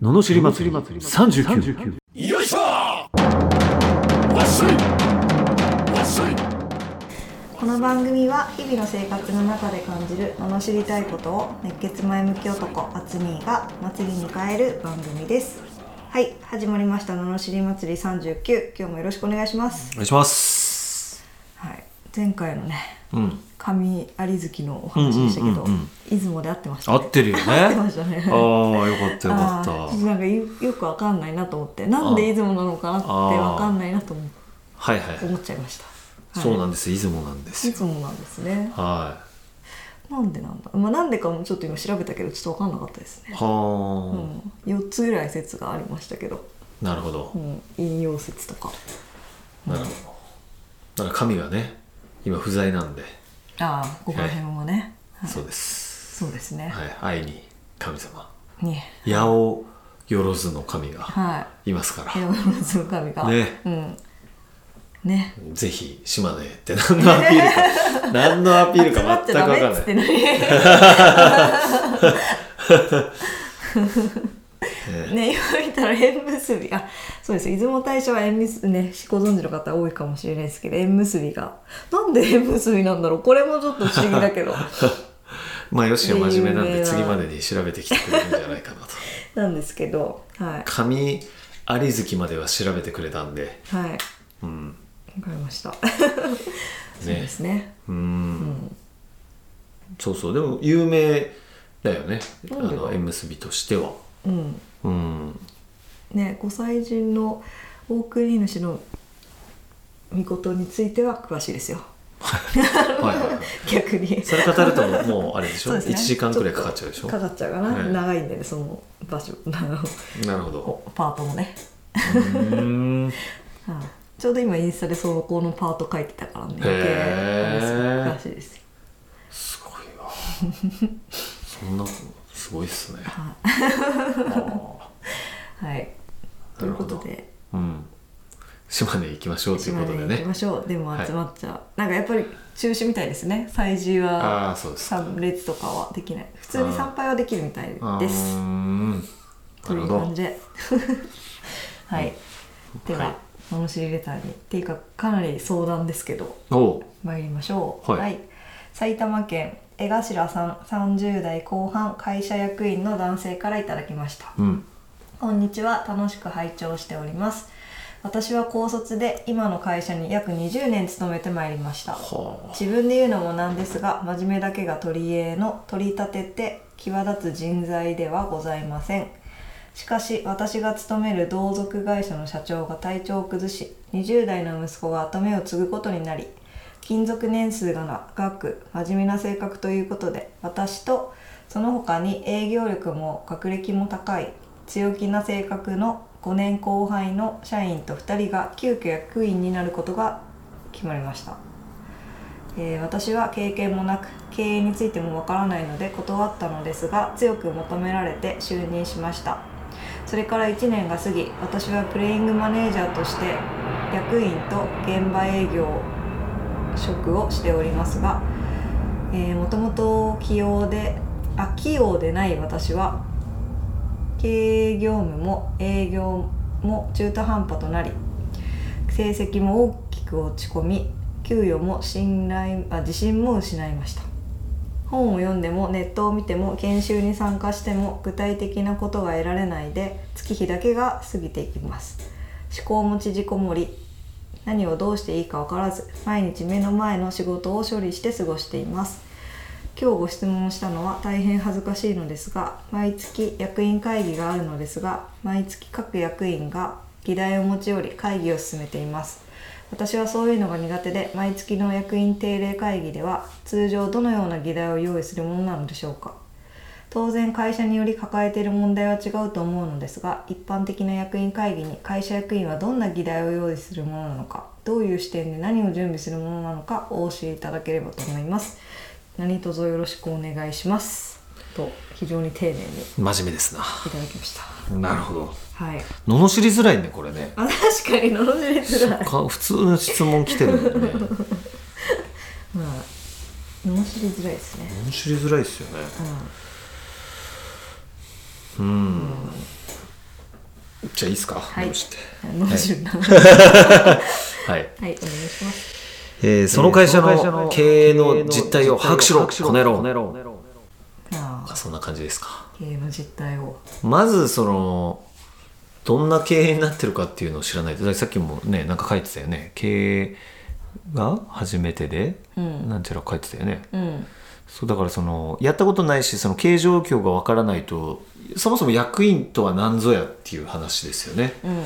ののしり祭り39よいしょわっしょいわっしょいこの番組は日々の生活の中で感じる罵りたいことを熱血前向き男アツミーが祭りに変える番組ですはい始まりました罵り祭り39今日もよろしくお願いしますお願いしますはい前回のねうん神有月のお話でしたけど、うんうんうんうん出雲で会ってました、ね、合ってるよね合って ましたねああよかったよあかーっちょっとたなんかよよくわかんないなと思ってなんで出雲なのかなってわかんないなと思はいはい、思っちゃいました、はいそうなんです出雲なんです出よ雲なんですねはなんでなんだ、まあ、なんでかもちょっと今調べたけどちょっと分かんなかったですいね、はあ、うん、4つぐらい説がありましたけど、なるほどうん、引用説とかなるほどなんか神がね今不在なんで、ああここら辺もね、はいそうですそうですね、はい愛に神様に八百万の神がはいますから、い山松の神がねうんねぜひ島根って何のアピール か何のアピールか集まっち全ゃくダ分メかんっなつっいて何 えね今見たら縁結びあそうです出雲大社は縁結びねご存知の方多いかもしれないですけど縁結びがなんで縁結びなんだろうこれもちょっと不思議だ けどまあよしは真面目なん有名でな次までに調べてきてくれるんじゃないかなとなんですけどはい神有月までは調べてくれたんではいわかうんりました、そうねですねうん、そうそうでも有名だよねあなんでだの縁結びとしてはうん うんねご祭神の大国主の御事については詳しいですよはいはいはい逆にそれ語るともうあれでしょそうです1ね時間くらいかかっちゃうでしょかかっちゃうかな、はい長いんでねその 場所あのなるほ どパートもね、うーんうんちょうど今インスタでそのこのパート書いてたからねへー余計詳しいですよすごいわそんなすごいっすねはあはいーないとるうほこどとでうん島根行きましょうという島こと根でに行きねましょうでもはい集まっちゃう、なんかやっぱり中止みたいですね祭事はああそうですか参列とかはできない普通に参拝はできるみたいですうーんなといるほう感どじで はい、ではいは「ののしりレターに」っていうかかなり相談ですけどおう参りましょう、はい埼玉県江頭さん30代後半会社役員の男性からいただきましたうんこんにちは楽しく拝聴しております私は高卒で今の会社に約20年勤めてまいりましたは自分で言うのもなんですが真面目だけが取り柄の取り立てて際立つ人材ではございませんしかし私が勤める同族会社の社長が体調を崩し20代の息子が跡目を継ぐことになり勤続年数が長く真面目な性格ということで私とその他に営業力も学歴も高い強気な性格の5年後輩の社員と2人が急遽役員になることが決まりましたえー私は経験もなく経営についてもわからないので断ったのですが強く求められて就任しましたそれから1年が過ぎ私はプレイングマネージャーとして役員と現場営業職をしておりますがもともと器用であ器用でない私は経営業務も営業も中途半端となり成績も大きく落ち込み給与も信頼あ自信も失いました本を読んでもネットを見ても研修に参加しても具体的なことが得られないで月日だけが過ぎていきます思考も縮こもり何をどうしていいか分からず毎日目の前の仕事を処理して過ごしています今日ご質問したのは大変恥ずかしいのですが毎月役員会議があるのですが毎月各役員が議題を持ち寄り会議を進めています私はそういうのが苦手で毎月の役員定例会議では通常どのような議題を用意するものなのでしょうか当然会社により抱えている問題は違うと思うのですが一般的な役員会議に会社役員はどんな議題を用意するものなのかどういう視点で何を準備するものなのかお教えいただければと思います何卒よろしくお願いしますと非常に丁寧にい真面目ですなただきましたなるほどはい罵りづらいねこれねあ確かにのろじれづらいか普通の質問来てるんだよねまあ罵りづらいですね罵りづらいっすよねううんじゃあいいですかはい脳死って脳汁なはい、はいお願いしますえーその会社の経営の実態を把握しろ、この野郎。ああそんな感じですか。経営の実態をまず、その、どんな経営になってるかっていうのを知らないと、だってさっきもね、なんか書いてたよね。経営が初めてで、うんなんちゃら書いてたよね。うんそう、だからその、やったことないし、その経営状況がわからないと、そもそも役員とは何ぞやっていう話ですよね。うん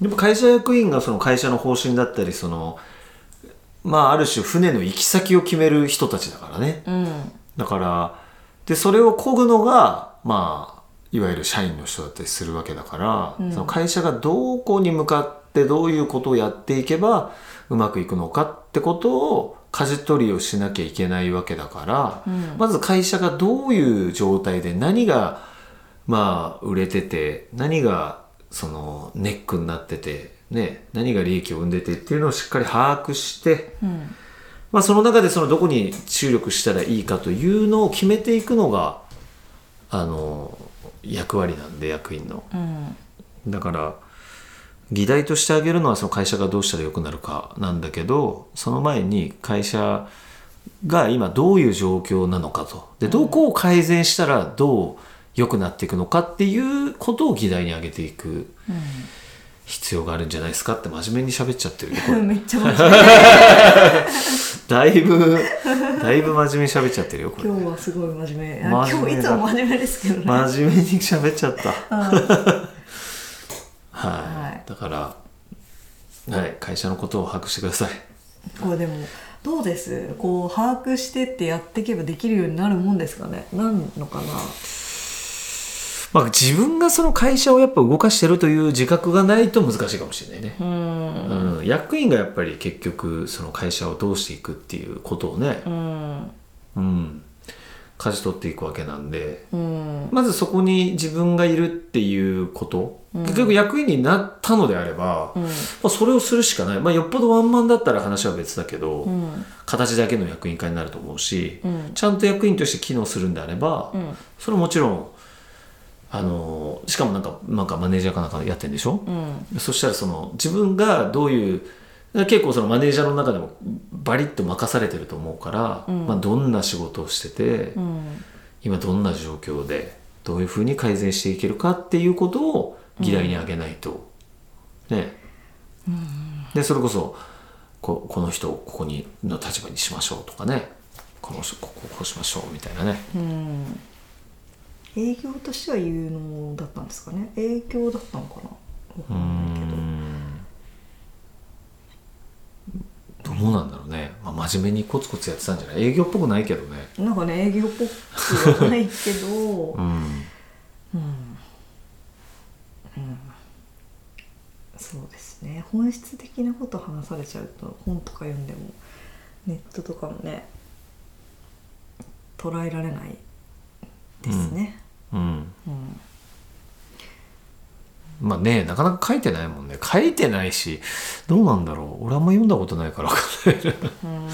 でも会社役員がその会社の方針だったりそのまあある種船の行き先を決める人たちだからねうんだからでそれをこぐのがまあいわゆる社員の人だったりするわけだから、うんその会社がどこに向かってどういうことをやっていけばうまくいくのかってことを舵取りをしなきゃいけないわけだから、うんまず会社がどういう状態で何がまあ売れてて何がそのネックになってて、ね、何が利益を生んでてっていうのをしっかり把握して、うんまあ、その中でそのどこに注力したらいいかというのを決めていくのがあの役割なんで役員の。うんだから議題として挙げるのはその会社がどうしたら良くなるかなんだけどその前に会社が今どういう状況なのかとでどこを改善したらどう良くなっていくのかっていうことを議題に挙げていく必要があるんじゃないですかって真面目に喋っちゃってるよこう れん めっちゃ真面目だいぶだいぶ真面目に喋っちゃってるよこれ今日はすごい真面目あ真面目今日いつだも真面目ですけどね、真面目に喋っちゃったうんはい、はいだから、はい、会社のことを把握してくださいこれでもどうですこう把握してってやっていけばできるようになるもんですかねなんのかなまあ、自分がその会社をやっぱ動かしてるという自覚がないと難しいかもしれないね、ううんん役員がやっぱり結局その会社をどうしていくっていうことをねう、んうん、舵取っていくわけなんでうんまずそこに自分がいるっていうこと、結局役員になったのであれば、うんまあ、それをするしかない、まあ、よっぽどワンマンだったら話は別だけど、うん形だけの役員会になると思うし、うんちゃんと役員として機能するんであれば、うんそれもちろんあのしかもなんかなんかマネージャーかなんかやってんでしょ、うんそしたらその自分がどういう結構そのマネージャーの中でもバリッと任されてると思うから、うんまあ、どんな仕事をしてて、うん今どんな状況でどういうふうに改善していけるかっていうことを議題に挙げないと、ね、でそれこそここの人をここにの立場にしましょうとかねこの人ここをこうしましょうみたいなねうん営業としては有能だったんですかね営業だったのかなわかうーんないけどんどうなんだろうね、まあ、真面目にコツコツやってたんじゃない営業っぽくないけどねなんかね営業っぽくはないけどうんそうですね本質的なこと話されちゃうと本とか読んでもネットとかもね捉えられないですね、うんうんまあねなかなか書いてないもんね書いてないしどうなんだろう俺あんま読んだことないから分かんないなうん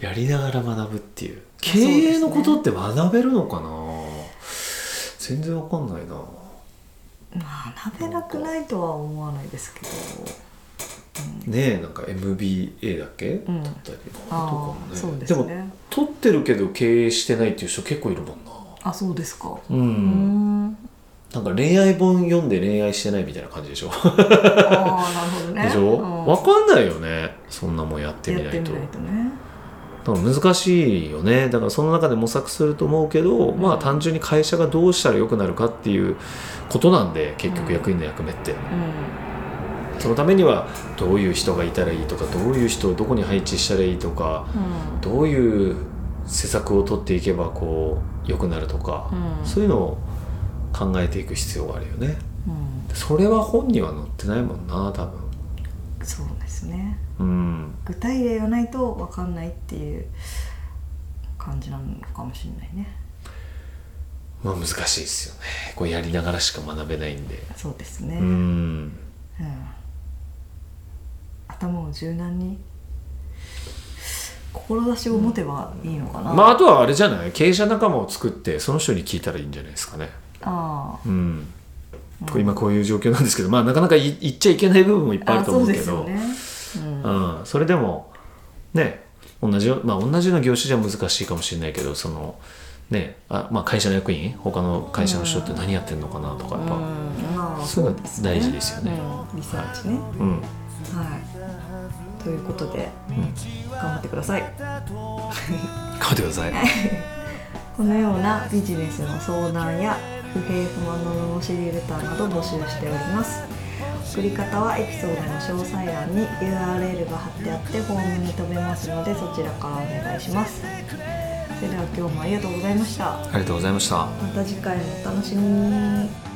やりながら学ぶっていうそ経うですね営のことって学べるのかな、全然わかんないな学べなくないとは思わないですけどねえなんか MBA だっけ、んだったりとかあもあねそうですでもね取ってるけど経営してないっていう人結構いるもんなあそうですかうん、うーんなんか恋愛本読んで恋愛してないみたいな感じでしょ、ああなるほどねでしょ、うんわかんないよねそんなもんやってみやなっていみとないとねだから難しいよねだからその中で模索すると思うけど、まあ単純に会社がどうしたら良くなるかっていうことなんで結局役員の役目って、うんそのためにはどういう人がいたらいいとかどういう人をどこに配置したらいいとかうんどういう施策を取っていけばこう良くなるとか、うんそういうのを考えていく必要があるよねうんそれは本には載ってないもんな多分そうですねうん具体例がないと分かんないっていう感じなのかもしれないねまあ難しいですよねこうやりながらしか学べないんでそうですね、ううんん頭を柔軟に志を持てばいいのかな、まああとはあれじゃない経営者仲間を作ってその人に聞いたらいいんじゃないですかねああうんこう今こういう状況なんですけど、まあ、なかなかい言っちゃいけない部分もいっぱいあると思うけどそうですよね、うんうん、それでもね同じよ,、まあ、同じような業種じゃ難しいかもしれないけどその、ねあまあ、会社の役員他の会社の人って何やってんのかなとかやっぱ、うんまあそういうのが大事ですよねうんリサーチねうんはいということでうん、頑張ってください頑張ってください。このようなビジネスの相談や不平不満の罵りレターなど募集しております送り方はエピソードの詳細欄に URL が貼ってあってフォームに飛べますのでそちらからお願いしますそれでは今日もありがとうございましたありがとうございました。また次回もお楽しみに